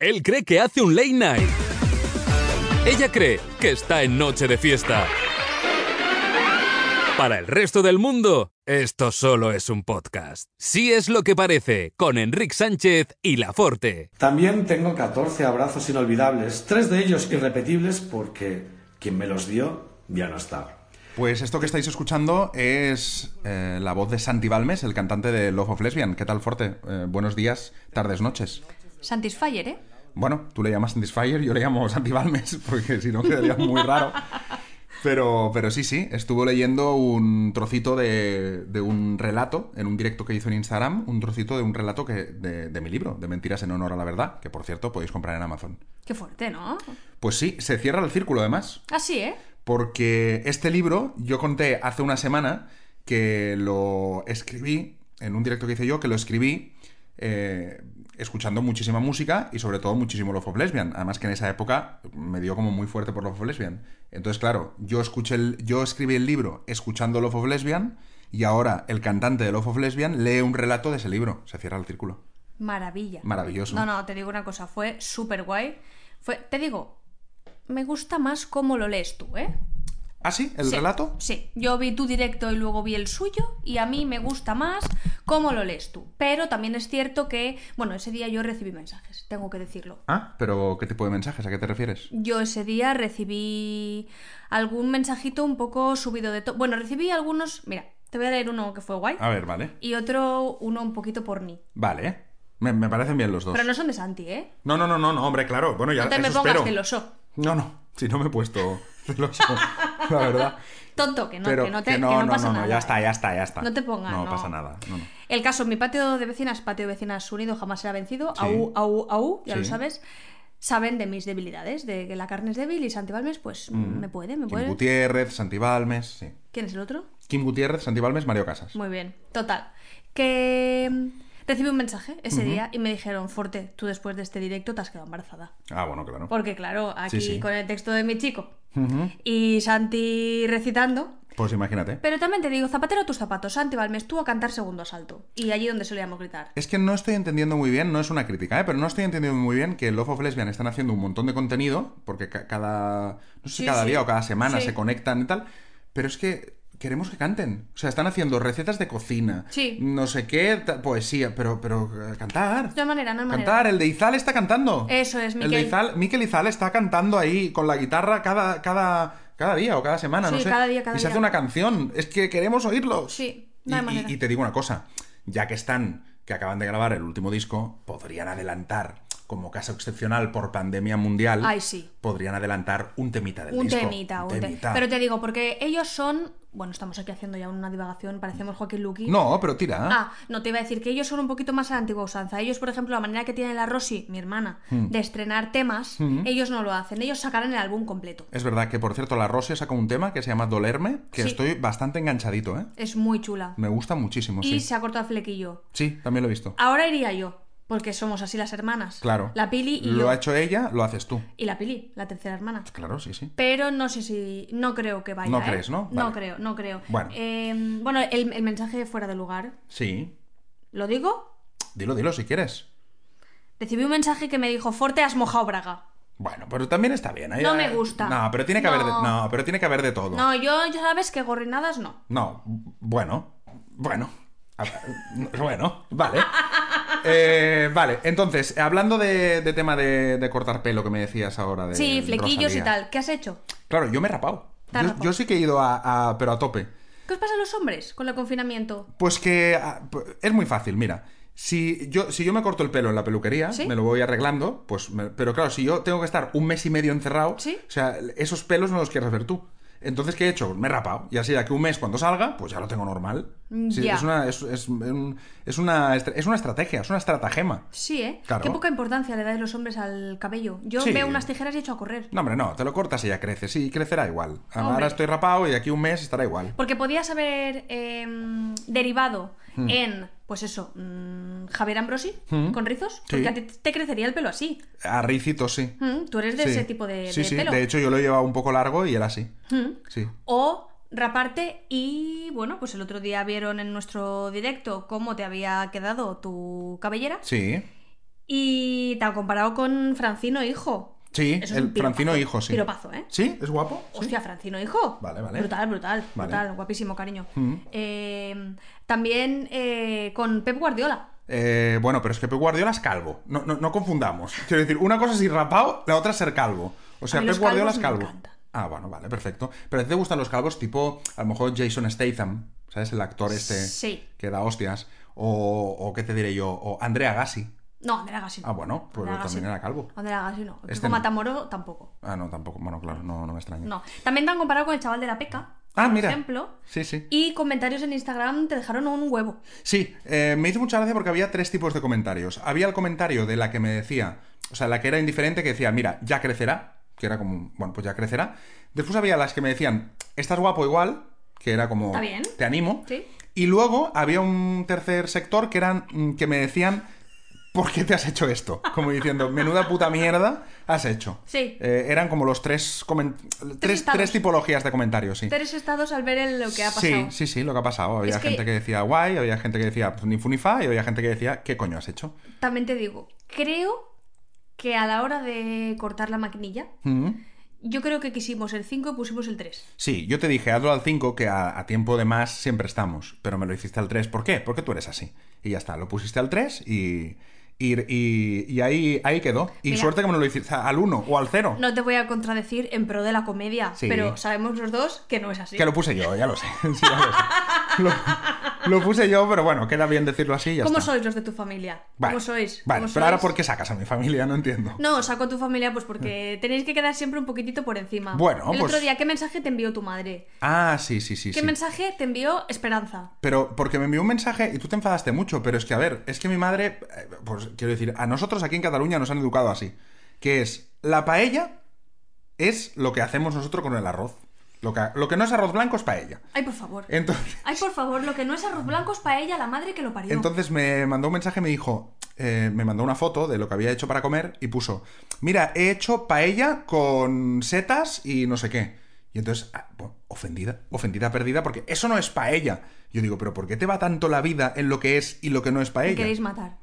Él cree que hace un late night. Ella cree que está en noche de fiesta. Para el resto del mundo, esto solo es un podcast. Sí es lo que parece, con Enrique Sánchez y La Forte. También tengo 14 abrazos inolvidables, tres de ellos irrepetibles porque quien me los dio ya no está. Pues esto que estáis escuchando es eh, la voz de Santi Balmes, el cantante de Love of Lesbian. ¿Qué tal, Forte? Eh, buenos días, tardes, noches. Satisfyer, ¿eh? Bueno, tú le llamas Satisfyer, yo le llamo Santi Balmes, porque si no quedaría muy raro. Pero, pero sí, sí, estuvo leyendo un trocito de, de un relato en un directo que hizo en Instagram, un trocito de un relato que, de, de mi libro, de Mentiras en Honor a la Verdad, que por cierto podéis comprar en Amazon. Qué fuerte, ¿no? Pues sí, se cierra el círculo además. Así, ¿eh? Porque este libro yo conté hace una semana que lo escribí, en un directo que hice yo, que lo escribí eh, escuchando muchísima música y sobre todo muchísimo Love of Lesbian. Además que en esa época me dio como muy fuerte por Love of Lesbian. Entonces, claro, yo, escuché el- yo escribí el libro escuchando Love of Lesbian y ahora el cantante de Love of Lesbian lee un relato de ese libro. Se cierra el círculo. Maravilla. Maravilloso. No, no, te digo una cosa, fue súper guay. Fue, te digo, me gusta más cómo lo lees tú, ¿eh? ¿Ah, sí? ¿El Sí, relato? Sí, yo vi tu directo y luego vi el suyo y a mí me gusta más cómo lo lees tú. Pero también es cierto que, bueno, ese día yo recibí mensajes, tengo que decirlo. Ah, pero ¿qué tipo de mensajes? ¿A qué te refieres? Yo ese día recibí algún mensajito un poco subido de todo. Bueno, recibí algunos, mira, te voy a leer uno que fue guay A ver, vale. y otro, uno un poquito porni. Vale. Me, me parecen bien los dos. Pero no son de Santi, ¿eh? No, no, no, no, no, hombre, claro. Bueno, ya No te eso me pongas espero. celoso. No, no, si no me he puesto celoso, la verdad. Tonto, que no, Pero que no, te, que no pasa nada. ya está, ya está, ya está. No te pongas, No, no. pasa nada. no, no. El caso, mi patio de vecinas, patio de vecinas unido, jamás será vencido. Sí. Au, au, au, ya lo Sí. sabes. Saben de mis debilidades, de que la carne es débil y Santi Balmes, pues Mm. me puede, me Kim puede. Gutiérrez, Santibalmes, sí. ¿Quién es el otro? Kim Gutiérrez, Santibalmes, Mario Casas. Muy bien, total. Que mm, recibí un mensaje ese día y me dijeron, Forte, tú después de este directo te has quedado embarazada. Ah, bueno, claro. Porque claro, aquí sí. con el texto de mi chico Ujú. y Santi recitando, Pues imagínate. Pero también te digo, zapatero a tus zapatos, Santi Balmes, tú a cantar segundo asalto. Y allí donde solíamos gritar. Es que no estoy entendiendo muy bien, no es una crítica, ¿eh? pero no estoy entendiendo muy bien que Love of Lesbian están haciendo un montón de contenido, porque ca- cada. No sé si Sí, cada sí. día o cada semana Sí. se conectan y tal, pero es que queremos que canten. O sea, están haciendo recetas de cocina, Sí. no sé qué, ta- poesía, pero, pero eh, cantar. No hay manera, no hay manera. Cantar, el de Izal está cantando. Eso es, El Miquel. de Izal, Miquel Izal está cantando ahí con la guitarra cada, cada, cada día o cada semana, Sí, no sé. cada día, cada y se día. hace una canción. Es que queremos oírlos. Sí, no hay Y- y- manera. y te digo una cosa, ya que están, que acaban de grabar el último disco, podrían adelantar, como caso excepcional por pandemia mundial, Ay, sí. podrían adelantar un temita del Un disco. temita, un te- Pero te digo, porque ellos son. Bueno, estamos aquí haciendo ya una divagación, parecemos Joaquín Luqui. No, ¿eh? pero tira. Ah, no, te iba a decir que ellos son un poquito más a la antigua usanza. Ellos, por ejemplo, la manera que tiene la Rosy, mi hermana, Hmm. de estrenar temas, ellos no lo hacen. Ellos sacarán el álbum completo. Es verdad que, por cierto, la Rose sacó un tema que se llama Dolerme, que Sí. estoy bastante enganchadito, ¿eh? Es muy chula. Me gusta muchísimo, Y sí. se ha cortado el flequillo. Sí, también lo he visto. Ahora iría yo, porque somos así las hermanas. Claro. La Pili y Lo yo. ha hecho ella, lo haces tú. Y la Pili, la tercera hermana. Claro, sí, sí. Pero no sé si. No creo que vaya. No ¿eh? crees, ¿no? No Vale. creo, no creo. Bueno. Eh, bueno, el, el mensaje fuera de lugar. Sí. ¿Lo digo? Dilo, dilo si quieres. Recibí un mensaje que me dijo: Forte, has mojado Braga. Bueno, pero también está bien. ahí- No me gusta. No, pero tiene que haber de, No. no, pero tiene que haber de todo. No, yo ya sabes que gorrinadas no. No, bueno, bueno, A ver, bueno, vale. Eh, vale, entonces, hablando de, de tema de, de cortar pelo que me decías ahora. De sí, flequillos Eh, Rosalía. y tal. ¿Qué has hecho? Claro, yo me he rapado. Te has Yo, rapado. yo sí que he ido a, a- pero a tope. ¿Qué os pasa a los hombres con el confinamiento? Pues que ah, p- es muy fácil, mira. Si yo, si yo me corto el pelo en la peluquería, ¿Sí? me lo voy arreglando, pues me- pero claro, si yo tengo que estar un mes y medio encerrado, ¿Sí? o sea, esos pelos no los quieres ver tú. Entonces, ¿qué he hecho? Me he rapado. Y así de aquí un mes cuando salga, pues ya lo tengo normal. Sí, Mm, Ya. es, una, es, es un- es una, estra- es una estrategia, es una estratagema. Sí, ¿eh? Claro. Qué poca importancia le dais los hombres al cabello. Yo Sí. veo unas tijeras y echo a correr. No, hombre, no, te lo cortas y ya crece. Sí, crecerá igual. Ahora Hombre. estoy rapado y de aquí un mes estará igual. Porque podías haber em, derivado Hmm. en, pues eso, mm, Javier Ambrosi, con rizos, porque a ti te crecería el pelo así. A ricitos, sí. Mm, Tú eres de Sí. ese tipo de, Sí, de sí. pelo. De hecho, yo lo he llevado un poco largo y él así. Mm. Sí. O raparte y, bueno, pues el otro día vieron en nuestro directo cómo te había quedado tu cabellera Sí. Y tan comparado con Francino Hijo. Sí, Eso es el un piropazo. Francino hijo, sí. Piropazo, ¿eh? ¿Sí? ¿Es guapo? Sí. Hostia, Francino Hijo. Vale, vale. Brutal, brutal, Vale. brutal, guapísimo, cariño. Mm. Eh, también eh, con Pep Guardiola. Eh, bueno, pero es que Pep Guardiola es calvo. No, no, no confundamos. Quiero decir, una cosa es ir rapado, la otra es ser calvo. O sea, A mí Pep los Guardiola es calvos me calvo. encantan. Ah, bueno, vale, perfecto. Pero a ti te gustan los calvos tipo, a lo mejor Jason Statham, ¿sabes? El actor este Sí. que da hostias. O, o qué te diré yo, o Andrea Gassi. No, Andrea Gassi. no. Ah, bueno, pues Andrea Gassi también no. era calvo. Andrea Gassi no. Este Como no. Matamoro tampoco. Ah, no, tampoco. Bueno, claro, no, no me extraña. No. También te han comparado con el chaval de la peca. Ah, por mira. ejemplo. Sí, sí. Y comentarios en Instagram te dejaron un huevo. Sí, eh, me hizo mucha gracia porque había tres tipos de comentarios. Había el comentario de la que me decía, o sea, la que era indiferente, que decía, mira, ya crecerá, que era como, bueno, pues ya crecerá. Después había las que me decían, estás guapo igual, que era como, Está bien. te animo. Sí. Y luego había un tercer sector que eran, mm, que me decían, ¿por qué te has hecho esto? Como diciendo, menuda puta mierda has hecho. Sí. Eh, eran como los tres, comen- tres, estados. tres tipologías de comentarios, sí. Tres estados al ver el- lo que ha pasado. Sí, sí, sí, lo que ha pasado. Había Es que- gente que... decía guay, había gente que decía pues, ni fu ni fa, y había gente que decía ¿qué coño has hecho? También te digo, creo que a la hora de cortar la maquinilla, Mm. yo creo que quisimos el 5 y pusimos el 3. Sí, yo te dije hazlo al 5 que a, a tiempo de más siempre estamos, pero me lo hiciste al 3. ¿Por qué? Porque tú eres así. Y ya está, lo pusiste al 3 y, y, y- y ahí, ahí quedó. Y Mira. suerte que me lo hiciste al 1 o al 0. No te voy a contradecir en pro de la comedia, Sí. pero sabemos los dos que no es así. Que lo puse yo, ya lo sé. Sí, ya lo, sé. Lo- lo puse yo, pero bueno, queda bien decirlo así. y Ya ¿Cómo está. sois los de tu familia? Vale, ¿Cómo sois? Vale, ¿Cómo pero ahora sois? ¿por qué sacas a mi familia? No entiendo. No, saco a tu familia pues porque tenéis que quedar siempre un poquitito por encima. Mm. Bueno, El pues- otro día, ¿qué mensaje te envió tu madre? Ah, sí, sí, sí. ¿Qué sí. mensaje te envió Esperanza? Pero porque me envió un mensaje y tú te enfadaste mucho, pero es que, a ver, es que mi madre, eh, pues quiero decir, a nosotros aquí en Cataluña nos han educado así, que es, la paella es lo que hacemos nosotros con el arroz. Lo que, lo que no es arroz blanco es paella. Ay, por favor. Entonces, Ay, por favor, lo que no es arroz blanco es paella, la madre que lo parió. entonces me mandó un mensaje, me dijo, eh, me mandó una foto de lo que había hecho para comer y puso, mira, he hecho paella con setas y no sé qué. Y entonces, ah, bueno, ofendida, ofendida, perdida, porque eso no es paella. Yo digo, pero ¿por qué te va tanto la vida en lo que es y lo que no es Me paella? queréis matar.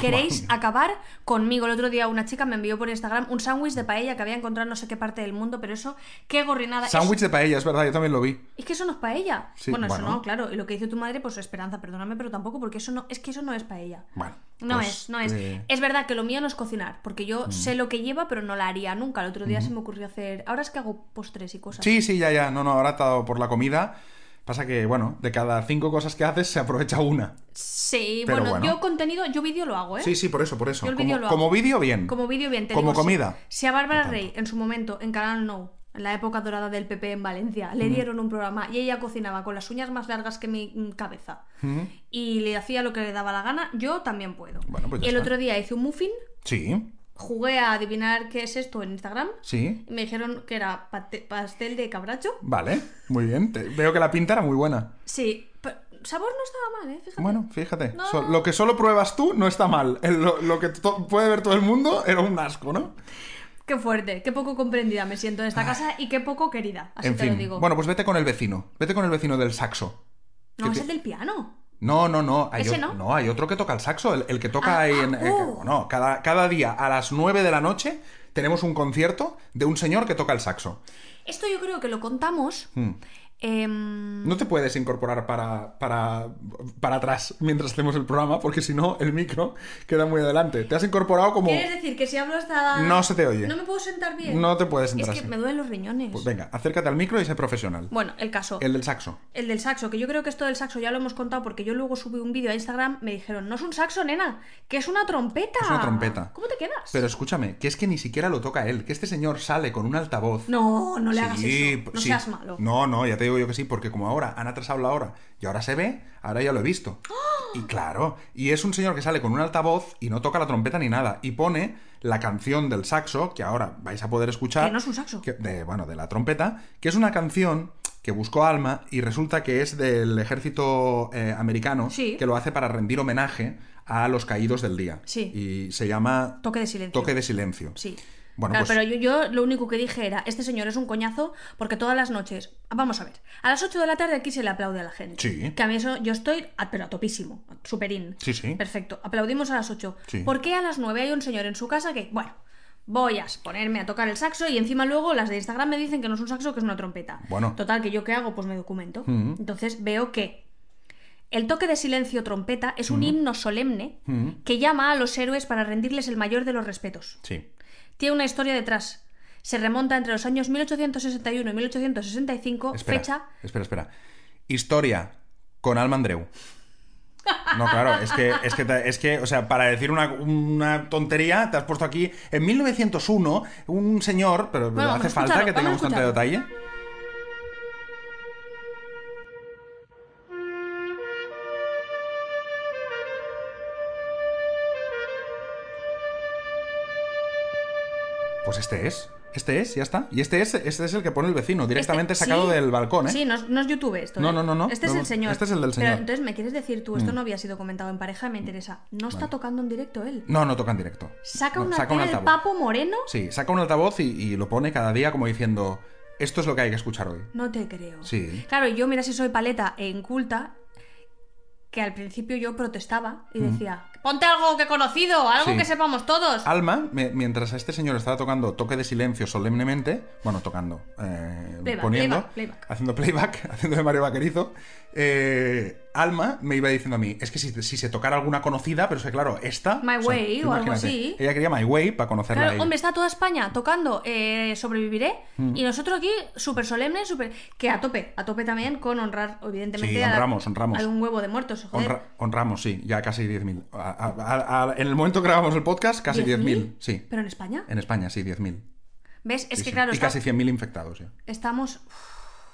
Queréis acabar conmigo. El otro día una chica me envió por Instagram un sándwich de paella que había encontrado en no sé qué parte del mundo, pero eso, qué gorrinada. Es- Sándwich de paella, es verdad, yo también lo vi. Es que eso no es paella. Sí, bueno, eso bueno. no, claro. Y lo que dice tu madre, pues esperanza, perdóname, pero tampoco, porque eso no, es que eso no es paella. Bueno. No pues, es, no es. eh, Mm. Es verdad que lo mío no es cocinar, porque yo sé lo que lleva, pero no la haría nunca. El otro día se me ocurrió hacer. Ahora es que hago postres y cosas. Sí, sí, ya, ya. No, no, ahora te ha dado por la comida. Pasa que, bueno, de cada cinco cosas que haces se aprovecha una. Sí, Pero bueno, bueno. yo contenido, yo vídeo lo hago, ¿eh? Sí, sí, por eso, por eso. Yo el vídeo como, lo hago. como vídeo, bien. Como vídeo bien, te Como digo, si- comida. Si, a Bárbara Rey, en su momento, en Canal No, en la época dorada del PP en Valencia, le dieron un programa y ella cocinaba con las uñas más largas que mi mm, cabeza y le hacía lo que le daba la gana, yo también puedo. Bueno, pues ya el está. otro día hice un muffin, Sí, jugué a adivinar qué es esto en Instagram sí. y me dijeron que era pate- pastel de cabracho. Vale, muy bien. Te- veo que la pinta era muy buena. Sí, pero sabor no estaba mal, ¿eh? Fíjate. Bueno, fíjate. No, so- no. lo que solo pruebas tú no está mal. El- lo, lo que to- puede ver todo el mundo era un asco, ¿no? Qué fuerte, qué poco comprendida me siento en esta casa y qué poco querida, así Ah. en te fin. lo digo. Bueno, pues vete con el vecino. Vete con el vecino del saxo. que no, es te- el del piano. No, no, no. Hay Ese ot- no. hay otro que toca el saxo. El, el que toca Ah, ahí ah, en. eh, uh. que- no, cada, cada día a las 9 de la noche tenemos un concierto de un señor que toca el saxo. Esto yo creo que lo contamos. Hmm. em, No te puedes incorporar para, para, para atrás mientras hacemos el programa, porque si no, el micro queda muy adelante. Te has incorporado como. ¿Quieres decir que si hablo hasta.? No se te oye. No me puedo sentar bien. No te puedes sentar Es que así. me duelen los riñones. Pues venga, acércate al micro y sé profesional. Bueno, el caso. El... El del saxo. del saxo, que yo creo que esto del saxo ya lo hemos contado porque yo luego subí un vídeo a Instagram, me dijeron, no es un saxo, nena, que es una trompeta. Es una trompeta. Ah, ¿Cómo te quedas? Pero escúchame, que es que ni siquiera lo toca él, que este señor sale con un altavoz. No, no le hagas Sí, pues eso. No sí. seas malo. No, no, ya te digo yo que sí, porque como ahora han atrasado la hora y ahora se ve, ahora ya lo he visto. ¡Ah! Y claro, y es un señor que sale con un altavoz y no toca la trompeta ni nada, y pone la canción del saxo, que ahora vais a poder escuchar. Que no es un saxo. que- de, bueno, de la trompeta, que es una canción que buscó Alma y resulta que es del ejército eh, americano Sí. que lo hace para rendir homenaje a los caídos del día. Sí. Y se llama Toque de silencio. Toque de Silencio. Sí. Bueno, Claro, pues- Pero yo, yo lo único que dije era, este señor es un coñazo porque todas las noches, vamos a ver, a las 8 de la tarde aquí se le aplaude a la gente. Sí. Que a mí eso yo estoy, a- pero a topísimo, superín. Sí, sí. Perfecto, aplaudimos a las 8. Sí. ¿Por qué a las 9 hay un señor en su casa que, bueno, voy a ponerme a tocar el saxo y encima luego las de Instagram me dicen que no es un saxo, que es una trompeta? Bueno. Total, que yo qué hago, pues me documento. Mm. Entonces veo que el toque de silencio trompeta es un Mm. himno solemne que llama a los héroes para rendirles el mayor de los respetos. Sí. Tiene una historia detrás. Se remonta entre los años 1861 y 1865, Espera, fecha. Espera, espera. Historia con Alma Andreu. No, claro, es que, es que, te- es que o sea, para decir una, una tontería, te has puesto aquí. En 1901, un señor, pero Bueno, vamos hace a falta que escucharlo, tengamos vamos a tanto detalle. Pues este es. Este es, ya está. Y este es, este es el que pone el vecino, directamente Este- sacado sí. del balcón, ¿eh? Sí, no, es- no es YouTube esto. No, ¿eh? no, no, no. Este No, es el señor. este es el del Pero señor. Mm. entonces me quieres decir tú, esto no había sido comentado en pareja, me interesa. No está tocando en directo él. No, no toca en directo. Saca No, una un altavoz del altavoz. Papo Moreno. Sí, saca un altavoz y, y lo pone cada día como diciendo, esto es lo que hay que escuchar hoy. No te creo. Sí. Claro, yo mira si soy paleta e inculta, que al principio yo protestaba y decía, ponte algo que conocido, algo Mm. Sí. que sepamos todos. Alma, me- mientras este señor estaba tocando toque de silencio solemnemente, bueno, tocando, eh, Playback, poniendo, playback, playback. haciendo playback, haciendo de Mario Vaquerizo, eh, Alma me iba diciendo a mí, es que si, si se tocara alguna conocida, pero es que claro, esta... My tú Way o algo imagínate, así. Ella quería My Way para conocerla. Claro, ahí. Mm. hombre, está toda España tocando eh, Sobreviviré y nosotros aquí súper solemnes, súper... Que a tope, a tope también con honrar, evidentemente... Sí, a la- honramos, honramos. Hay un huevo de muertos, joder. Honra- honramos, sí, ya casi 10.000. A- a- a- a- En el momento que grabamos el podcast, casi 10.000. 10.000, sí. ¿Pero en España? En España, sí, 10.000. ¿Ves? Es Sí, que sí. claro, Y está- casi 100.000 infectados, ya. estamos...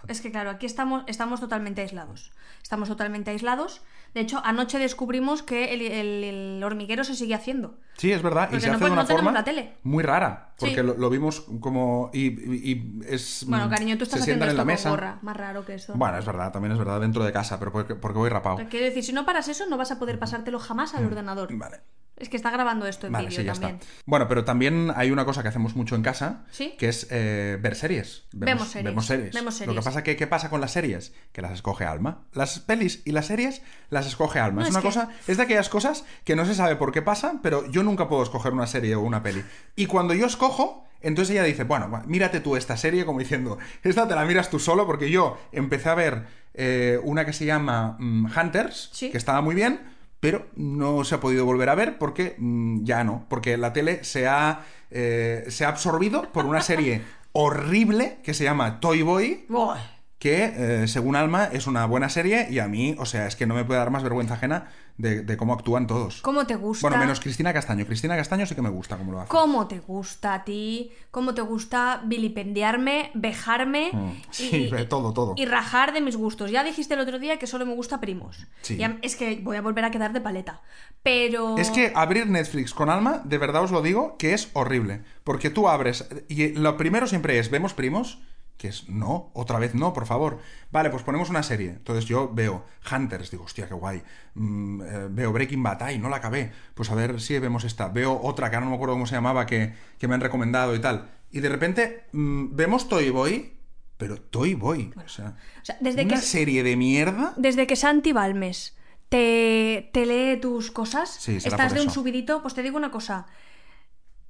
Uf, Es que claro, aquí estamos, estamos totalmente aislados. Estamos totalmente aislados. De hecho, anoche descubrimos que el, el- el hormiguero se sigue haciendo. Sí, es verdad. y Porque se no hace de pon- una no tenemos forma la tele. muy rara. Porque Sí. lo, lo vimos como. Y, y- y es. Bueno, mm, cariño, tú estás se haciendo sientan en esto la con mesa. gorra. Más raro que eso. Bueno, es verdad, también es verdad, dentro de casa, pero porque, porque voy rapado. Quiero decir, si no paras eso, no vas a poder pasártelo jamás al ordenador. Mm. Vale. Es que está grabando esto en Vale, vídeo sí, ya también. está. Bueno, pero también hay una cosa que hacemos mucho en casa, Sí. que es eh, ver series. Vemos series, Vemos series. vemos Lo que series. pasa que, ¿qué pasa con las series? Que las escoge Alma. Las pelis y las series las escoge Alma. No, es es una que- cosa, es de aquellas cosas que no se sabe por qué pasa, pero yo nunca puedo escoger una serie o una peli. Y cuando yo escojo, entonces ella dice, bueno, va, mírate tú esta serie, como diciendo, esta te la miras tú solo, porque yo empecé a ver eh, una que se llama mm, Hunters, Sí. que estaba muy bien, pero no se ha podido volver a ver porque mm, ya no, porque la tele se ha, eh, se ha absorbido por una serie horrible que se llama Toy Boy, Buah. que eh, según Alma es una buena serie y a mí, o sea, es que no me puede dar más vergüenza ajena de, de cómo actúan todos. ¿Cómo te gusta? Bueno, menos Cristina Castaño. Cristina Castaño sí que me gusta cómo lo hace. ¿Cómo te gusta a ti? ¿Cómo te gusta vilipendiarme, vejarme y, Mm. Sí, de todo, todo. y rajar de mis gustos? Ya dijiste el otro día que solo me gusta primos. Sí. Y a- es que voy a volver a quedar de paleta. Pero. Es que abrir Netflix con Alma, de verdad os lo digo, que es horrible. Porque tú abres y lo primero siempre es, ¿vemos primos? Que es, no, otra vez no, por favor. Vale, pues ponemos una serie. Entonces yo veo Hunters, digo, hostia, qué guay. Mm, eh, veo Breaking Bad, ay, no la acabé. Pues a ver si vemos esta. Veo otra que ahora no me acuerdo cómo se llamaba, que, que me han recomendado y tal. Y de repente mm, vemos Toy Boy, pero Toy Boy. o sea, o sea, desde una que, serie de mierda. desde que Santi Balmes te, te lee tus cosas, Sí, será estás por de un eso. subidito, pues te digo una cosa.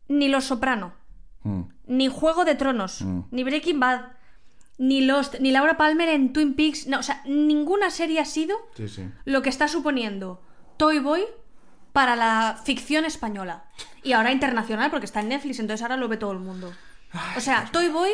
Ni Los Soprano, Mm, ni Juego de Tronos, ni Breaking Bad, ni Lost, ni Laura Palmer en Twin Peaks. No, o sea, ninguna serie ha sido sí, sí. lo que está suponiendo Toy Boy para la ficción española. Y ahora internacional, porque está en Netflix, entonces ahora lo ve todo el mundo. O sea, Toy Boy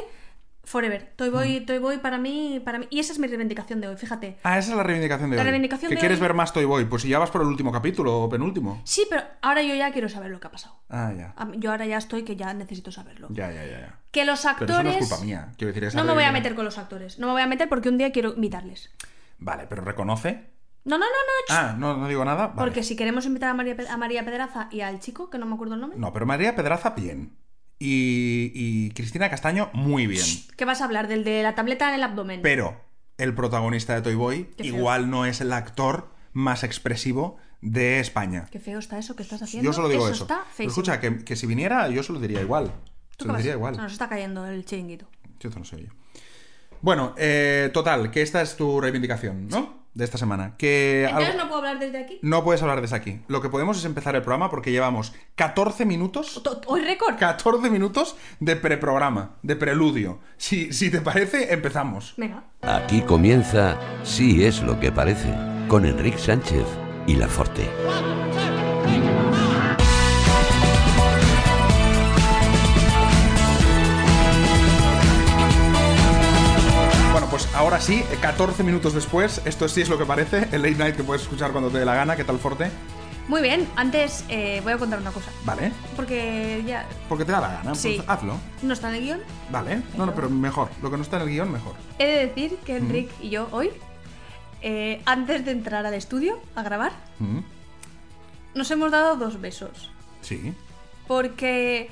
forever. Toy Boy, Mm. Toy Boy para mí, para mí. Y esa es mi reivindicación de hoy, fíjate. Ah, esa es la reivindicación de La hoy. reivindicación que de quieres hoy- ver más Toy Boy, pues si ya vas por el último capítulo o penúltimo. Sí, pero ahora yo ya quiero saber lo que ha pasado. Ah, ya. A mí- Yo ahora ya estoy que ya necesito saberlo. Ya, ya, ya. ya. Que los Pero actores... eso no es culpa mía. Quiero decir, esa No me voy a reivindicación- meter con los actores. No me voy a meter porque un día quiero invitarles. Vale, pero reconoce. No, no, no, no. ch- Ah, no, no digo nada. Vale. Porque si queremos invitar a María, Pe- a María Pedraza y al chico, que no me acuerdo el nombre, No, pero María Pedraza, bien. Y, y Cristina Castaño, muy bien. ¿qué vas a hablar? Del de la tableta en el abdomen. Pero el protagonista de Toy Boy Qué feo. igual no es el actor más expresivo de España. Qué feo está eso que estás haciendo. Yo solo digo eso. Está Pero feísimo. escucha, que, que si viniera, yo se lo diría igual. Se ¿Tú qué lo vas? Ah, diría igual. Nos está cayendo el chiringuito. Yo te lo soy yo. Bueno, eh, total, que esta es tu reivindicación, ¿no? De esta semana. Que algo- Entonces no puedo hablar desde aquí. no puedes hablar desde aquí. Lo que podemos es empezar el programa porque llevamos 14 minutos. To- Hoy récord. 14 minutos de preprograma, de preludio. Si, si te parece, empezamos. Venga. Aquí comienza Sí es lo que parece, con Enrique Sánchez y La Forte. Bueno, pues ahora sí, 14 minutos después, esto sí es lo que parece, el late night que puedes escuchar cuando te dé la gana, ¿qué tal Forte? Muy bien, antes eh, voy a contar una cosa. Vale, Porque ya porque te da la gana, pues Sí. hazlo. no está en el guión. Vale, no, no, pero mejor, lo que no está en el guión, mejor. He de decir que Enric y yo hoy, eh, antes de entrar al estudio a grabar, Mm, nos hemos dado dos besos. Sí. Porque,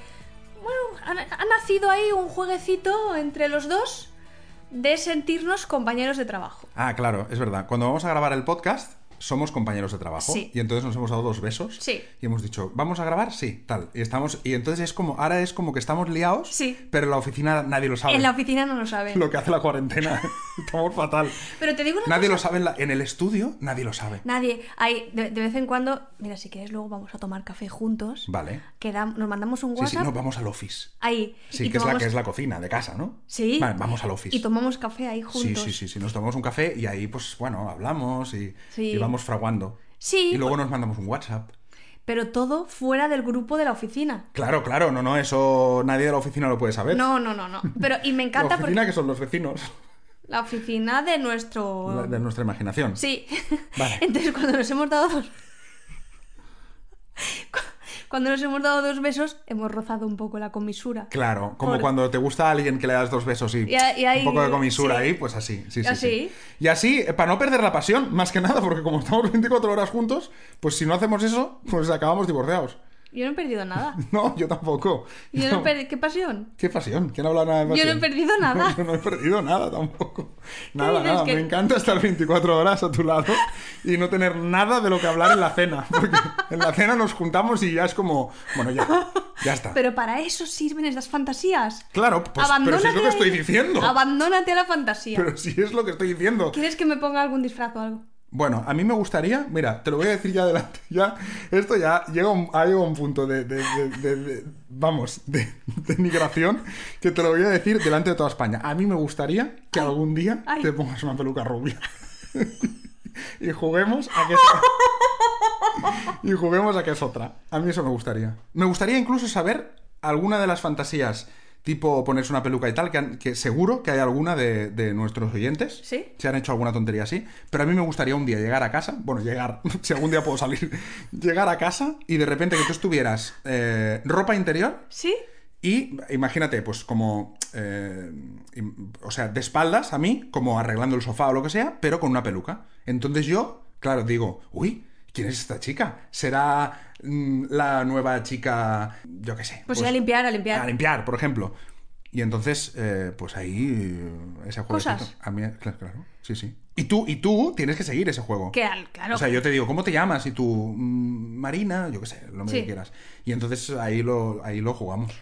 bueno, ha, ha nacido ahí un jueguecito entre los dos de sentirnos compañeros de trabajo. Ah, claro, es verdad. Cuando vamos a grabar el podcast, somos compañeros de trabajo. Sí. Y entonces nos hemos dado dos besos. Sí. Y hemos dicho, ¿vamos a grabar? Sí, tal. Y estamos. Y entonces es como, ahora es como que estamos liados, Sí. pero en la oficina nadie lo sabe. En la oficina no lo saben. Lo que hace la cuarentena. estamos fatal. Pero te digo una Nadie cosa. lo sabe en, la- en el estudio, nadie lo sabe. Nadie. Ahí, de, de vez en cuando, mira, si quieres luego vamos a tomar café juntos. Vale. Quedam- nos mandamos un Sí, WhatsApp. sí, no, vamos al office. Ahí. Sí, y que es, la, tomamos- que es la cocina de casa, ¿no? Sí. Vale, vamos al office. Y tomamos café ahí juntos. Sí, sí, sí, sí. Nos tomamos un café y ahí, pues bueno, hablamos y, Sí. y vamos fraguando. Sí. Y luego nos mandamos un WhatsApp. Pero todo fuera del grupo de la oficina. Claro, claro, no, no, eso nadie de la oficina lo puede saber. No, no, no, no. Pero, y me la encanta oficina porque. que son los vecinos, La oficina de nuestro. la- de nuestra imaginación. Sí. Vale. Entonces, cuando nos hemos dado dos. Cuando nos hemos dado dos besos, hemos rozado un poco la comisura. Claro, como Por- cuando te gusta a alguien que le das dos besos y, Y a- y ahí- un poco de comisura sí. ¿Ah, ahí, pues así. Sí, sí, Así. sí. Y así, eh, para no perder la pasión, más que nada, porque como estamos 24 horas juntos, pues si no hacemos eso, pues acabamos divorciados. Yo no he perdido nada. No, yo tampoco. Yo no he perdido. ¿Qué pasión? ¿Qué pasión? ¿Quién ha hablado nada de Yo no he pasión? perdido nada. No, yo no he perdido nada tampoco. Nada, dices nada. que- Me encanta estar 24 horas a tu lado y no tener nada de lo que hablar en la cena. Porque en la cena nos juntamos y ya es como, bueno, ya, ya está. Pero para eso sirven esas fantasías. claro, pues, pero si es lo que a- estoy diciendo. Abandónate a la fantasía. Pero si es lo que estoy diciendo. ¿Quieres que me ponga algún disfraz o algo? Bueno, a mí me gustaría, mira, te lo voy a decir ya adelante, ya, esto ya llega a un, ha llegado a un punto de, de- de- de- de- vamos, de denigración, que te lo voy a decir delante de toda España. A mí me gustaría que algún día ay. te pongas una peluca rubia. y juguemos a que es, y juguemos a que es otra. A mí eso me gustaría. Me gustaría incluso saber alguna de las fantasías, tipo ponerse una peluca y tal, que, han- que seguro que hay alguna de, de nuestros oyentes Sí. se han hecho alguna tontería así, pero a mí me gustaría un día llegar a casa, bueno, llegar, si algún día puedo salir, llegar a casa y de repente que tú estuvieras eh, ropa interior ¿Sí? y imagínate, pues como, eh, im- o sea, de espaldas a mí, como arreglando el sofá o lo que sea, pero con una peluca. Entonces yo, claro, digo, uy. ¿Quién es esta chica? ¿Será mm, la nueva chica, yo qué sé? Pues, ir a limpiar, a limpiar. A limpiar, por ejemplo. Y entonces, eh, pues ahí eh, ese juego. Cosas. A mí, claro, claro. Sí, sí. Y tú, y tú tienes que seguir ese juego. Que al- claro. O sea, yo te digo, ¿cómo te llamas? Y tú, mm, Marina, yo qué sé, lo Sí. que quieras. Y entonces ahí lo, ahí lo jugamos.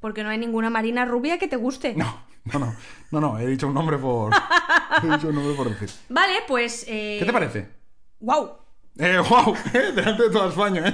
Porque no hay ninguna marina rubia que te guste. No, no, no, no, no, he dicho un nombre por. he dicho un nombre por decir. Vale, pues. eh, ¿Qué te parece? ¡Guau! Eh, wow, eh, delante de toda España, eh.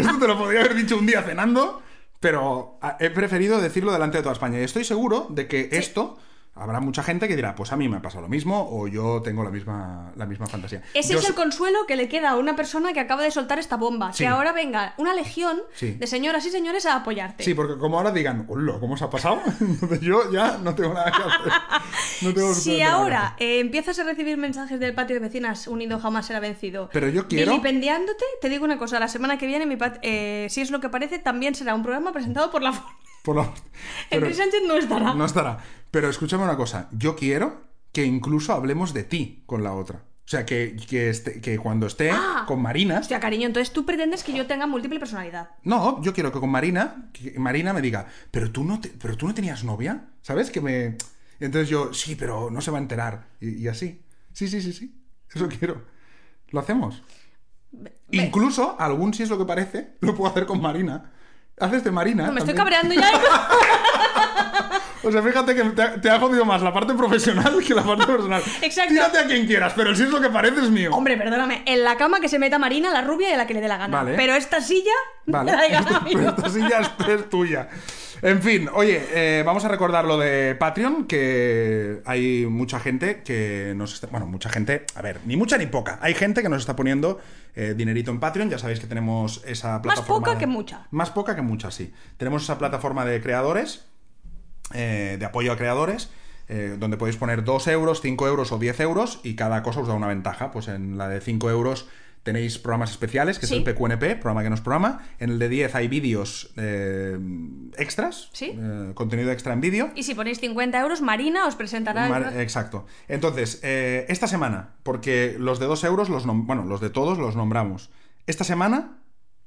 Esto te lo podría haber dicho un día cenando, pero ah, he preferido decirlo delante de toda España. Y estoy seguro de que esto habrá mucha gente que dirá, pues a mí me ha pasado lo mismo o yo tengo la misma, la misma fantasía. Ese Yo es el so- consuelo que le queda a una persona que acaba de soltar esta bomba. Sí. Que ahora venga una legión Sí. de señoras y señores a apoyarte. Sí, porque como ahora digan, hola, ¿cómo se ha pasado? Entonces yo ya no tengo nada que hacer. No tengo absolutamente si nada que ahora hacer. eh, empiezas a recibir mensajes del patio de vecinas, unido jamás será vencido. Pero yo quiero- Vilipendiándote, te digo una cosa: la semana que viene, mi pat- eh, si es lo que parece, también será un programa presentado por la. Por la- pero- Enrique Sánchez no estará. No estará. Pero escúchame una cosa. Yo quiero que incluso hablemos de ti con la otra. O sea, que, que, esté- que cuando esté Ah. con Marina. Hostia, cariño, entonces tú pretendes que yo tenga múltiple personalidad. No, yo quiero que con Marina, que Marina me diga, pero tú no, te- pero tú no tenías novia, ¿sabes? Que me. Entonces yo, sí, pero no se va a enterar. Y, y así. Sí, sí, sí, sí. Eso quiero. Lo hacemos. Ve- Incluso, algún si es lo que parece, lo puedo hacer con Marina. Haces de Marina. No, me estoy Ah, también. cabreando ya. O sea, fíjate que te ha, te ha jodido más la parte profesional que la parte personal. Exacto. Tírate a quien quieras, pero si es lo que parece es mío. Hombre, perdóname. En la cama que se meta Marina, la rubia y a la que le dé la gana. Vale. Pero esta silla. Vale. la de Esta- Gagamiro. pero esta silla es, es tuya. En fin, oye, eh, vamos a recordar lo de Patreon, que hay mucha gente que nos está... Bueno, mucha gente, a ver, ni mucha ni poca. Hay gente que nos está poniendo eh, dinerito en Patreon, ya sabéis que tenemos esa plataforma... poca que mucha. Más poca que mucha, sí. Tenemos esa plataforma de creadores, eh, de apoyo a creadores, eh, donde podéis poner 2 euros, 5 euros o 10 euros y cada cosa os da una ventaja. Pues en la de 5 euros tenéis programas especiales, que Sí. es el PQNP, programa que nos programa. En el de 10 hay vídeos eh, extras, Sí. eh, contenido extra en vídeo. Y si ponéis 50 euros, Marina os presentará. el- Mar- eh, Exacto. Entonces, eh, esta semana, porque los de 2 euros, los nom- bueno, los de todos los nombramos. Esta semana,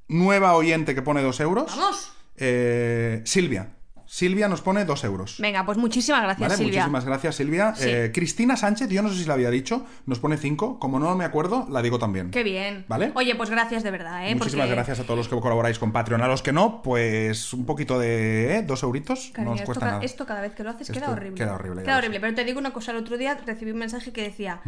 nueva oyente que pone 2 euros. Vamos. Eh, Silvia. Silvia nos pone 2 euros. Venga, pues muchísimas gracias, Vale, Silvia. Muchísimas gracias, Silvia. Sí. Eh, Cristina Sánchez, yo no sé si la había dicho, nos pone 5. Como no me acuerdo, la digo también. Qué bien. ¿Vale? Oye, pues gracias de verdad, ¿eh? Muchísimas Porque- gracias a todos los que colaboráis con Patreon. A los que no, pues un poquito de ¿eh? dos euritos. no Cariño, os esto, cuesta ca- nada. esto cada vez que lo haces Esto queda horrible. queda horrible, Mm. ya Queda lo horrible. sé. Pero te digo una cosa, el otro día recibí un mensaje que decía,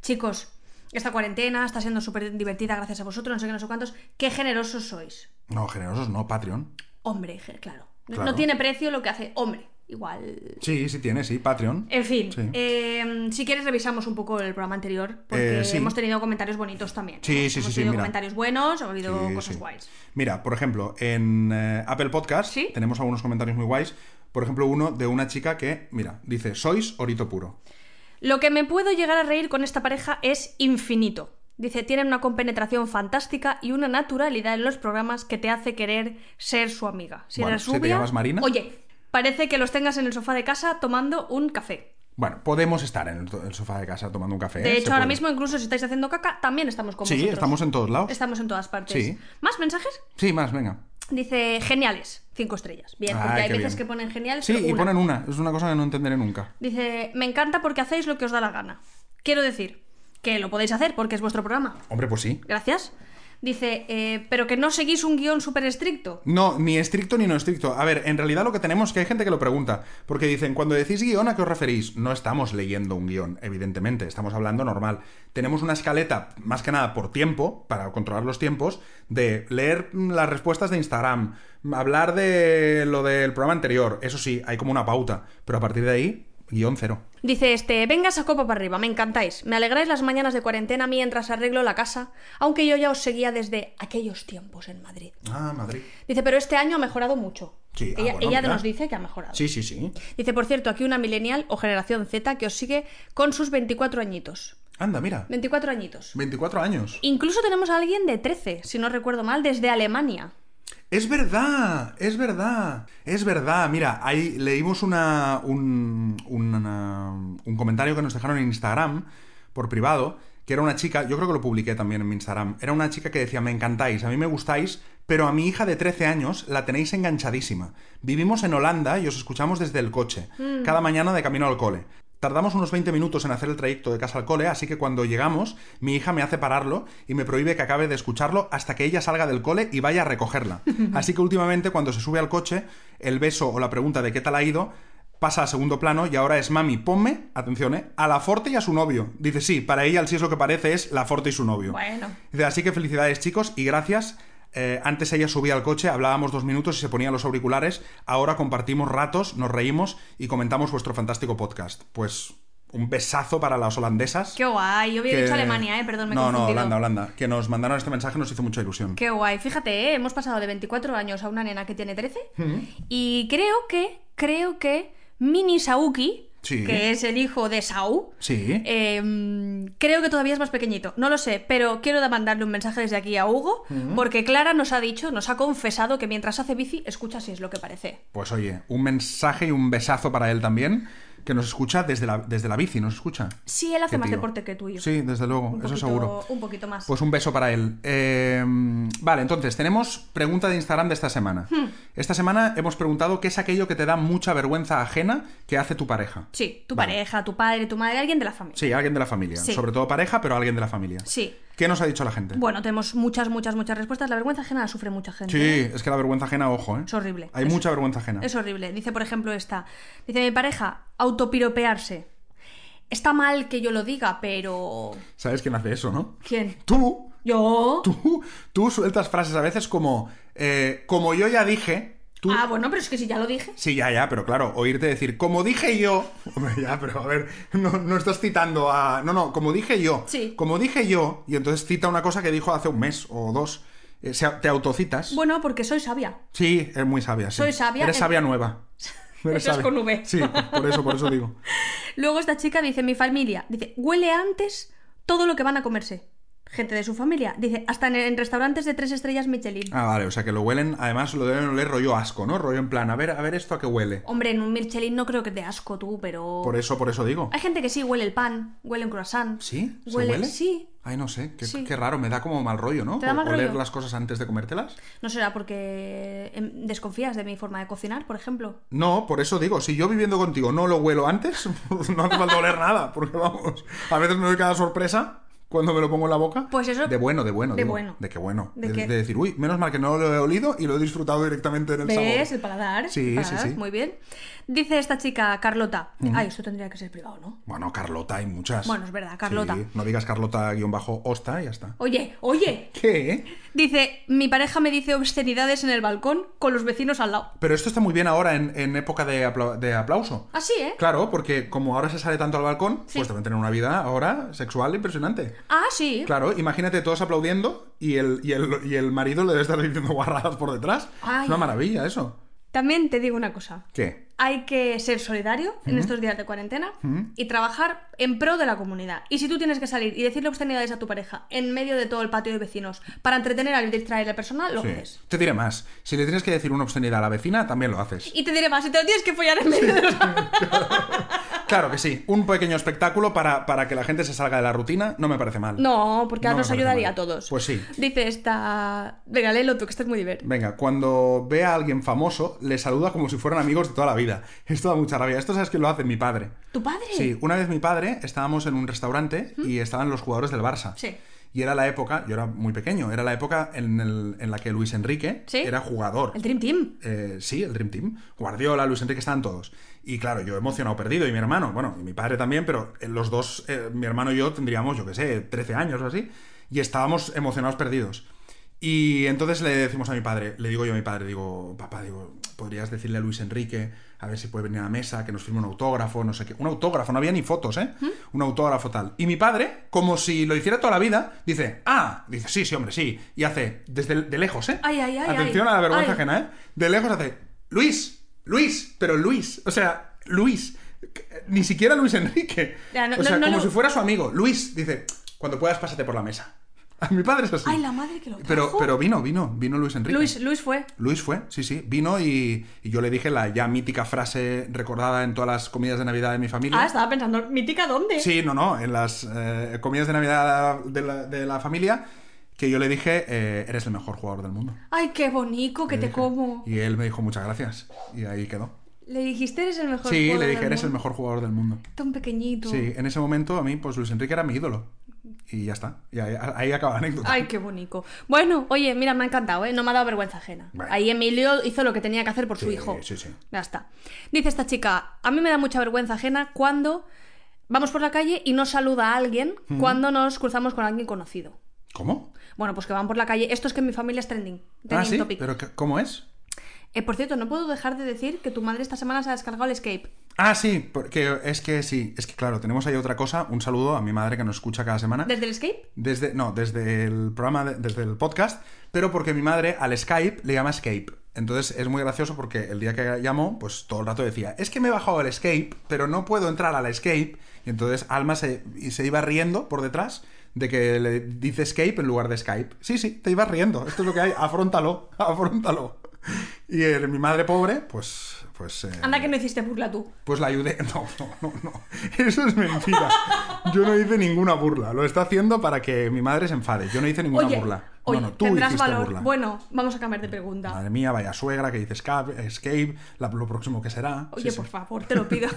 chicos, esta cuarentena está siendo súper divertida gracias a vosotros, no sé qué, no sé cuántos, qué generosos sois. No, generosos no, Patreon. Hombre, je- claro. No- Claro. No tiene precio lo que hace hombre, igual. Sí, sí tiene, sí, Patreon. En fin, Sí. eh, si quieres revisamos un poco el programa anterior, porque Eh, sí. hemos tenido comentarios bonitos también. Sí, sí, Hemos sí, sí, tenido mira. comentarios buenos, ha habido Sí, cosas sí. guays. Mira, por ejemplo, en eh, Apple Podcast Sí. tenemos algunos comentarios muy guays. Por ejemplo, uno de una chica que, mira, dice, sois orito puro. Lo que me puedo llegar a reír con esta pareja es infinito. Dice, tienen una compenetración fantástica y una naturalidad en los programas que te hace querer ser su amiga. Si Bueno, eres si te rubia, llamas Marina. Oye, parece que los tengas en el sofá de casa tomando un café. Bueno, podemos estar en el, to- el sofá de casa tomando un café. ¿eh? de Se hecho, ahora puede. mismo, incluso si estáis haciendo caca, también estamos con Sí, vosotros. estamos en todos lados. Estamos en todas partes. Sí. ¿Más mensajes? Sí, más, venga. Dice, geniales, cinco estrellas. Bien, Ay, porque hay qué veces bien. que ponen geniales. Sí, pero y una. ponen una. Es una cosa que no entenderé nunca. Dice, me encanta porque hacéis lo que os da la gana. Quiero decir, que lo podéis hacer porque es vuestro programa. Hombre, pues sí. Gracias. Dice, eh, pero que no seguís un guión súper estricto. No, ni estricto ni no estricto. A ver, en realidad lo que tenemos es que hay gente que lo pregunta. Porque dicen, cuando decís guión, ¿a qué os referís? No estamos leyendo un guión, evidentemente. Estamos hablando normal. Tenemos una escaleta, más que nada por tiempo, para controlar los tiempos, de leer mm, las respuestas de Instagram, hablar de lo del programa anterior. Eso sí, hay como una pauta. Pero a partir de ahí, guión cero. Dice este, venga esa copa para arriba, me encantáis. Me alegráis las mañanas de cuarentena mientras arreglo la casa, aunque yo ya os seguía desde aquellos tiempos en Madrid. Ah, Madrid. Dice, pero este año ha mejorado mucho. Sí, ah, ella bueno, ella mira. nos dice que ha mejorado. Sí, sí, sí. Dice, por cierto, aquí una millennial o generación Z que os sigue con sus 24 añitos. Anda, mira. 24 añitos. 24 años. Incluso tenemos a alguien de 13, si no recuerdo mal, desde Alemania. Es verdad, es verdad, es verdad. Mira, ahí leímos una, un, un- una- un comentario que nos dejaron en Instagram por privado, que era una chica, yo creo que lo publiqué también en mi Instagram, era una chica que decía, me encantáis, a mí me gustáis, pero a mi hija de 13 años la tenéis enganchadísima. Vivimos en Holanda y os escuchamos desde el coche, cada mañana de camino al cole. Tardamos unos 20 minutos en hacer el trayecto de casa al cole, así que cuando llegamos, mi hija me hace pararlo y me prohíbe que acabe de escucharlo hasta que ella salga del cole y vaya a recogerla. Así que últimamente, cuando se sube al coche, el beso o la pregunta de qué tal ha ido pasa a segundo plano y ahora es mami, ponme, atención, eh, a la Forte y a su novio. Dice, sí, para ella el sí es lo que parece es la Forte y su novio. Bueno. Dice, así que felicidades chicos y gracias. Eh, antes ella subía al coche, hablábamos dos minutos y se ponía los auriculares. Ahora compartimos ratos, nos reímos y comentamos vuestro fantástico podcast. Pues un besazo para las holandesas. Qué guay, yo había que- dicho Alemania, ¿eh? Perdón, me he No, no, confundido. Holanda, Holanda. Que nos mandaron este mensaje nos hizo mucha ilusión. Qué guay, fíjate, ¿eh? hemos pasado de 24 años a una nena que tiene 13 y creo que, creo que Mini Sauki, Sí. que es el hijo de Sau, Sí. eh, creo que todavía es más pequeñito, no lo sé, pero quiero mandarle un mensaje desde aquí a Hugo, porque Clara nos ha dicho, nos ha confesado que mientras hace bici escucha si es lo que parece. Pues oye, un mensaje y un besazo para él también, que nos escucha desde la, desde la bici, nos escucha. Sí, él hace Qué más tío. deporte que tú y yo. Sí, desde luego, Un Oh, eso poquito- seguro. Un poquito más. Pues un beso para él. Eh, vale, entonces tenemos pregunta de Instagram de esta semana. Hmm. Esta semana hemos preguntado qué es aquello que te da mucha vergüenza ajena que hace tu pareja. sí, tu Vale. pareja, tu padre, tu madre, alguien de la familia. Sí, alguien de la familia. Sí. Sobre todo pareja, pero alguien de la familia. Sí. ¿Qué nos ha dicho la gente? Bueno, tenemos muchas, muchas, muchas respuestas. La vergüenza ajena la sufre mucha gente. Sí, es que la vergüenza ajena, ojo, ¿eh? eh, Es horrible. Hay Es- mucha vergüenza ajena. Es horrible. Dice, por ejemplo, esta. Dice mi pareja, autopiropearse. Está mal que yo lo diga, pero... ¿Sabes quién hace eso, no? ¿Quién? Tú, ¿Yo? tú, tú sueltas frases a veces como, eh, como yo ya dije, tú... Ah, bueno, pero es que si ya lo dije. Sí, ya, ya, pero claro, oírte decir, como dije yo, hombre, ya, pero a ver, no, no estás citando a... No, no, como dije yo, Sí. como dije yo, y entonces cita una cosa que dijo hace un mes o dos, Eh, se- te autocitas. Bueno, porque soy sabia. Sí, es muy sabia. sí. Soy sabia Eres en- sabia nueva. Eres Eso es con V. Sí, por eso, por eso digo. Luego esta chica dice, mi familia, dice, huele antes todo lo que van a comerse. Gente de su familia. Dice, hasta en, en restaurantes de tres estrellas Michelin. Ah, vale, o sea que lo huelen, además lo deben oler rollo asco, ¿no? Rollo en plan, a ver, a ver esto a qué huele. Hombre, en un Michelin no creo que te asco tú, pero... Por eso, por eso digo. Hay gente que sí, huele el pan, huele un croissant. ¿Sí? ¿Se Huele, huele? sí. Ay, no sé, qué, Sí. qué raro, me da como mal rollo, ¿no? ¿Te da mal Oler rollo? las cosas antes de comértelas. ¿No será porque em, desconfías de mi forma de cocinar, por ejemplo? No, por eso digo, si yo viviendo contigo no lo huelo antes, no hace falta oler nada, porque vamos, a veces me doy cada sorpresa cuando me lo pongo en la boca. Pues eso- De bueno, de bueno. de digo. bueno. De qué bueno. De De, que- de decir, uy, menos mal que no lo he olido y lo he disfrutado directamente en el sabor. ¿Ves? El paladar. Sí, el sí, paladar, sí. Muy bien. Dice esta chica, Carlota. Ay, eso tendría que ser privado, ¿no? Bueno, Carlota, hay muchas. Bueno, es verdad, Carlota. Sí, no digas Carlota-Osta y ya está. Oye, oye. ¿Qué? Dice, mi pareja me dice obscenidades en el balcón con los vecinos al lado. Pero esto está muy bien ahora en, en época de, apla- de aplauso. Así, ¿eh? Claro, porque como ahora se sale tanto al balcón, Sí. pues deben tener una vida ahora sexual impresionante. Ah, sí. Claro, imagínate todos aplaudiendo y el, y el, y el marido le debe estar diciendo guarradas por detrás. Ay. Es una maravilla eso. También te digo una cosa. ¿Qué? Hay que ser solidario en estos días de cuarentena y trabajar en pro de la comunidad. Y si tú tienes que salir y decirle obscenidades a tu pareja en medio de todo el patio de vecinos para entretener al distraer a la persona, lo Sí. haces. Te diré más. Si le tienes que decir una obscenidad a la vecina, también lo haces. Y te diré más, si te lo tienes que follar en medio de los... Claro que sí. Un pequeño espectáculo para, para que la gente se salga de la rutina no me parece mal. No, porque No me nos parece ayudaría mal. a todos. Pues sí. Dice esta... Venga, léelo tú, que estás muy divertido. Venga, cuando ve a alguien famoso, le saluda como si fueran amigos de toda la vida. Esto da mucha rabia. Esto sabes que lo hace mi padre. ¿Tu padre? Sí, una vez mi padre estábamos en un restaurante y estaban los jugadores del Barça. Sí. Y era la época, yo era muy pequeño, era la época en, el- en la que Luis Enrique Sí. era jugador. El Dream Team. Eh, sí, el Dream Team. Guardiola, Luis Enrique, estaban todos. Y claro, yo emocionado perdido, y mi hermano, bueno, y mi padre también, pero eh, los dos, eh, mi hermano y yo tendríamos, yo qué sé, 13 años o así, y estábamos emocionados perdidos. Y entonces le decimos a mi padre, le digo yo a mi padre, digo, papá, digo, podrías decirle a Luis Enrique, a ver si puede venir a la mesa, que nos firme un autógrafo, no sé qué. Un autógrafo, no había ni fotos, ¿eh? Un autógrafo tal. Y mi padre, como si lo hiciera toda la vida, dice, ah, dice, sí, sí, hombre, sí. Y hace, desde de lejos, ¿eh? Ay, ay, ay, ay. Atención a la vergüenza Ay. ajena, ¿eh? De lejos hace Luis, Luis, pero Luis, o sea, Luis, que- eh, ni siquiera Luis Enrique. Ya, no- o sea, no- no como lo- si fuera su amigo. Luis dice, cuando puedas pásate por la mesa. A mi padre es así. Ay, la madre que lo Pero, trajo. pero vino, vino, vino Luis Enrique. Luis, Luis fue. Luis fue, sí, sí, vino y, y yo le dije la ya mítica frase recordada en todas las comidas de Navidad de mi familia. Ah, estaba pensando, ¿mítica dónde? Sí, no, no, en las eh, comidas de Navidad de la, de la familia, que yo le dije, eh, eres el mejor jugador del mundo. Ay, qué bonito que Le te dije. como. Y él me dijo muchas gracias. Y ahí quedó. Le dijiste, eres el mejor Sí, jugador le dije, del eres el mundo". mejor jugador del mundo. Tan pequeñito. Sí, en ese momento a mí, pues Luis Enrique era mi ídolo. Y ya está. Y ahí, ahí acaba la anécdota. Ay, qué bonito. Bueno, oye, mira, me ha encantado, ¿eh? No me ha dado vergüenza ajena. Vale. Ahí Emilio hizo lo que tenía que hacer por su Sí, hijo. sí, sí. Ya está. Dice esta chica, a mí me da mucha vergüenza ajena cuando vamos por la calle y no saluda a alguien cuando nos cruzamos con alguien conocido. ¿Cómo? Bueno, pues que van por la calle. Esto es que en mi familia es trending. Trending Ah, sí. topic. ¿Pero qué- cómo es? Eh, por cierto, no puedo dejar de decir que tu madre esta semana se ha descargado el escape. Ah, sí, porque es que sí. Es que claro, tenemos ahí otra cosa. Un saludo a mi madre que nos escucha cada semana. ¿Desde el escape? Desde, no, desde el programa, de- desde el podcast, pero porque mi madre al Skype le llama Escape. Entonces es muy gracioso porque el día que llamó, pues todo el rato decía, es que me he bajado el Escape, pero no puedo entrar al Escape. Y entonces Alma se, y se iba riendo por detrás de que le dice Escape en lugar de Skype. Sí, sí, te ibas riendo. Esto es lo que hay. Afrontalo, afrontalo. Y eh, mi madre pobre, pues... pues eh, Anda que no hiciste burla tú. pues la ayudé. No, no, no, no. Eso es mentira. Yo no hice ninguna burla. Lo está haciendo para que mi madre se enfade. Yo no hice ninguna Oye, burla. oye, no, no, tú tendrás hiciste valor. burla. Bueno, vamos a cambiar de pregunta. Madre mía, vaya suegra que dice escape, escape la- lo próximo que será. Oye, Sí, por sí. favor, te lo pido.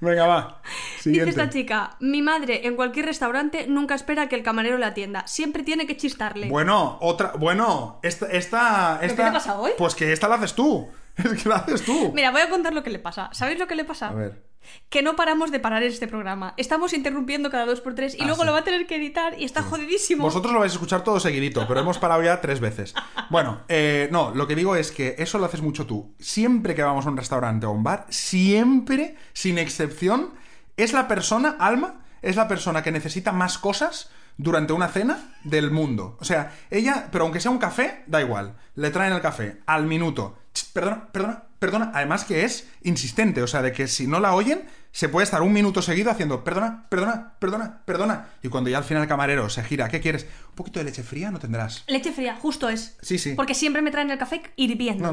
Venga, va. Siguiente. Dice esta chica, mi madre en cualquier restaurante nunca espera que el camarero la atienda, siempre tiene que chistarle. Bueno, otra. Bueno, esta. esta, ¿Pero esta- qué te pasa hoy? Pues que esta la haces tú. Es que la haces tú. Mira, voy a contar lo que le pasa. ¿Sabéis lo que le pasa? A ver. Que no paramos de parar este programa. Estamos interrumpiendo cada dos por tres y luego Ah, sí. lo va a tener que editar y está jodidísimo. Vosotros lo vais a escuchar todo seguidito, pero hemos parado ya tres veces. Bueno, eh, no, lo que digo es que eso lo haces mucho tú. Siempre que vamos a un restaurante o a un bar, siempre, sin excepción, es la persona, Alma, es la persona que necesita más cosas durante una cena del mundo. O sea, ella, pero aunque sea un café, da igual. Le traen el café al minuto. Ch, Perdona, perdona, perdona. Además que es insistente, o sea, de que si no la oyen, se puede estar un minuto seguido haciendo perdona, perdona, perdona, perdona. Y cuando ya al final el camarero se gira, ¿qué quieres? ¿Un poquito de leche fría no tendrás? Leche fría, justo es. Sí, sí. Porque siempre me traen el café hirviendo.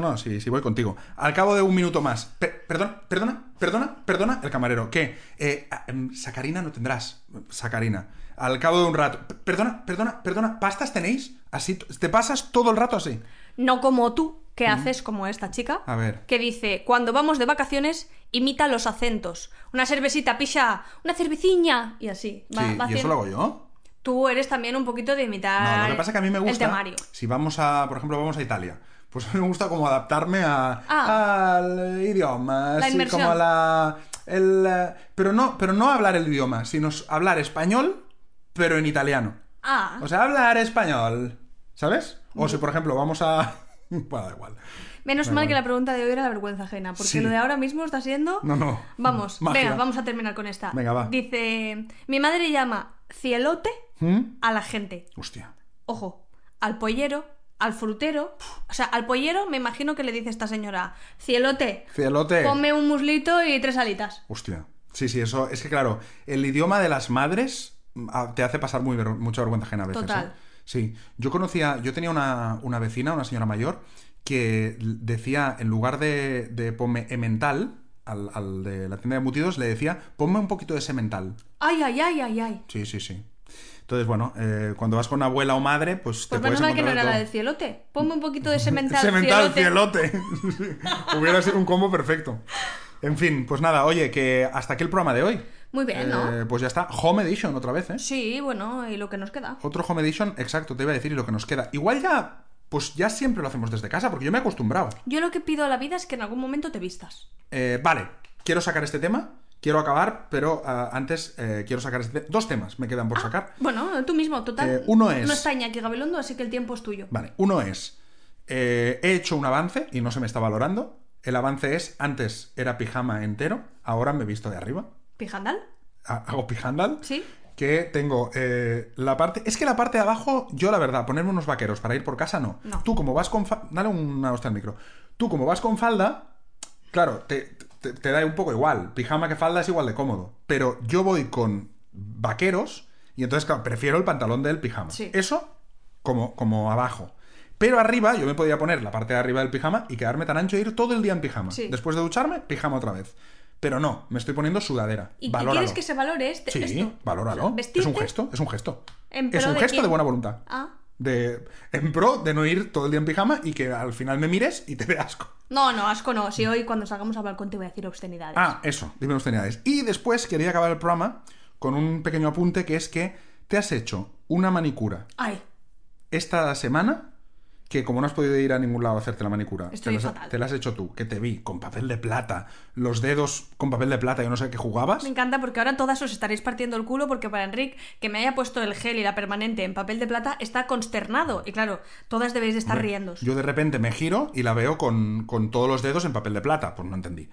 No, no, sí, sí, voy contigo. Al cabo de un minuto más, "Per- perdona, perdona, perdona, perdona, el camarero, ¿qué? Eh, ah, em, sacarina no tendrás, sacarina. Al cabo de un rato, "Per- perdona, perdona, perdona, ¿pastas tenéis? Así, t- te pasas todo el rato así. No como tú, que haces como esta chica. A ver. Que dice, cuando vamos de vacaciones, imita los acentos. Una cervecita, pilla, una cerveciña. Y así. Va- sí, va ¿y eso haciendo- lo hago yo? Tú eres también un poquito de imitar No, lo que pasa es que a mí me gusta. el temario. Si vamos a, por ejemplo, vamos a Italia. Pues a mí me gusta como adaptarme a, Ah. al idioma, La así inmersión. como a la. el, eh, pero, no, pero no hablar el idioma, sino s- hablar español, pero en italiano. Ah, Mm. O sea, hablar español. ¿Sabes? O si, por ejemplo, vamos a. bueno, da igual. menos mal que la pregunta de hoy era la vergüenza ajena, porque Sí. lo de ahora mismo está siendo... No, no. Vamos, Magia. venga, vamos a terminar con esta. Venga, va. Dice, mi madre llama cielote ¿Mm? a la gente. Hostia. Ojo, al pollero, al frutero. O sea, al pollero me imagino que le dice esta señora, cielote, Cielote. ponme un muslito y tres alitas. Hostia. Sí, sí, eso. Es que claro, el idioma de las madres mm, a- te hace pasar muy ver- mucha vergüenza ajena a veces. Total. ¿eh? Sí. Yo conocía, yo tenía una, una vecina, una señora mayor, que l- decía, en lugar de, de ponme emmental, al, al de la tienda de embutidos, le decía, ponme un poquito de semental. Ay, ay, ay, ay, ay. Sí, sí, sí. Entonces, bueno, eh, cuando vas con abuela o madre, pues te Pues puedes menos mal que no encontrar era de la todo. del cielote. Ponme un poquito de semental, Semental, cielote. cielote. Sí. Hubiera sido un combo perfecto. En fin, pues nada, oye, que hasta aquí el programa de hoy. Muy bien, ¿no? Eh, Pues ya está, Home Edition otra vez, ¿eh? Sí, bueno, y lo que nos queda. Otro Home Edition, exacto, te iba a decir y lo que nos queda. Igual ya, pues ya siempre lo hacemos desde casa, porque yo me he acostumbrado. Yo lo que pido a la vida es que en algún momento te vistas. Eh, vale, quiero sacar este tema, quiero acabar, pero ah, antes eh, quiero sacar este... Dos temas me Ah. quedan por sacar. Bueno, tú mismo, total. Eh, uno es- No está Iñaki Gabilondo, así que el tiempo es tuyo. Vale, uno es, eh, he hecho un avance y no se me está valorando. El avance es, antes era pijama entero, ahora me he visto de arriba. ¿Pijandal? Ha- Hago pijandal. ¿Sí? Que tengo eh, la parte... Es que la parte de abajo, yo la verdad, ponerme unos vaqueros para ir por casa, no. No. Tú como vas con... fa- Dale una hostia al micro. Tú como vas con falda, claro, te, te- te da un poco igual. Pijama que falda es igual de cómodo. Pero yo voy con vaqueros y entonces, claro, prefiero el pantalón del pijama. Sí. Eso como, como abajo. Pero arriba yo me podía poner la parte de arriba del pijama y quedarme tan ancho e ir todo el día en pijama. Sí. Después de ducharme, pijama otra vez. Pero no, me estoy poniendo sudadera. ¿Y, y Valóralo. quieres que se valore este, Sí, esto? valóralo. Vestirte Es un gesto, es un gesto. en es pro un de gesto quién? de buena voluntad. Ah. De, en pro de no ir todo el día en pijama y que al final me mires y te dé asco. No, no, asco no. Si hoy cuando salgamos al balcón te voy a decir obscenidades. Ah, eso, dime obscenidades. Y después quería acabar el programa con un pequeño apunte que es que te has hecho una manicura Ay, esta semana que como no has podido ir a ningún lado a hacerte la manicura, Estoy te, la fatal. has, te la has hecho tú, que te vi con papel de plata, los dedos con papel de plata, yo no sé a qué jugabas. me encanta porque ahora todas os estaréis partiendo el culo porque para Enric, que me haya puesto el gel y la permanente en papel de plata, está consternado. Y claro, todas debéis de estar riendo. Yo de repente me giro y la veo con, con todos los dedos en papel de plata, pues no entendí.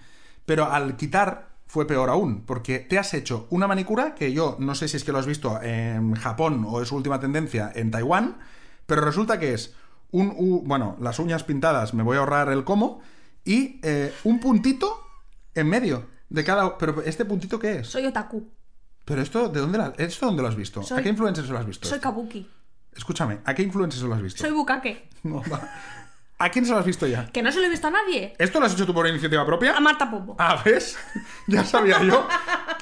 Pero al quitar fue peor aún, porque te has hecho una manicura que yo no sé si es que lo has visto en Japón o es su última tendencia en Taiwán, pero resulta que es un... u- bueno, las uñas pintadas, me voy a ahorrar el cómo, y eh, un puntito en medio de cada... Pero este puntito qué es? Soy otaku, Pero esto, ¿de dónde, la- esto dónde lo has visto? Soy- ¿A qué influencer se lo has visto? soy esto? kabuki, Escúchame, ¿a qué influencer se lo has visto? soy bukake. No, va. ¿A quién se lo has visto ya? Que no se lo he visto a nadie. ¿Esto lo has hecho tú por iniciativa propia? A Marta Pombo. Ah, ¿ves? Ya sabía yo.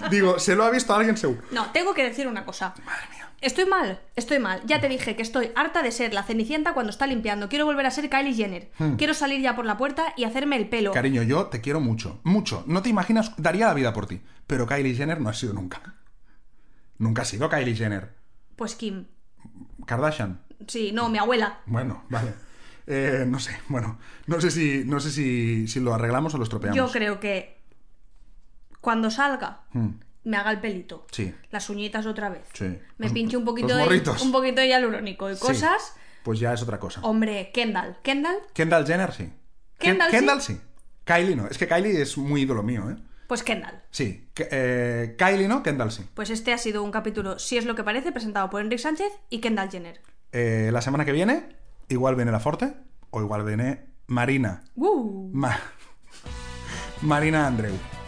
Digo, se lo ha visto a alguien seguro. No, tengo que decir una cosa. Madre mía. Estoy mal, estoy mal. Ya te dije que estoy harta de ser la Cenicienta cuando está limpiando. Quiero volver a ser Kylie Jenner. Hmm. Quiero salir ya por la puerta y hacerme el pelo. Cariño, yo te quiero mucho, mucho. No te imaginas, daría la vida por ti. Pero Kylie Jenner no ha sido nunca. Nunca ha sido Kylie Jenner. Pues Kim. Kardashian. Sí, no, mi abuela. Bueno, vale. Eh, no sé, bueno, no sé si, no sé si, si lo arreglamos o lo estropeamos. Yo creo que cuando salga Mm, me haga el pelito. Sí. Las uñitas otra vez. Sí. Me Los- pinche un poquito los de morritos. un poquito de hialurónico y sí. cosas. Pues ya es otra cosa. Hombre, Kendall, Kendall, Kendall Jenner sí. Ken- Kendall sí. Kendall sí. Kylie no. Es que Kylie es muy ídolo mío, ¿eh? pues Kendall. Sí. Ke- eh, Kylie no, Kendall sí. Pues este ha sido un capítulo, si es lo que parece, presentado por Enrique Sánchez y Kendall Jenner. Eh, la semana que viene, igual viene La Forte o igual viene Marina. ¡Woo! Ma- Marina Andreu.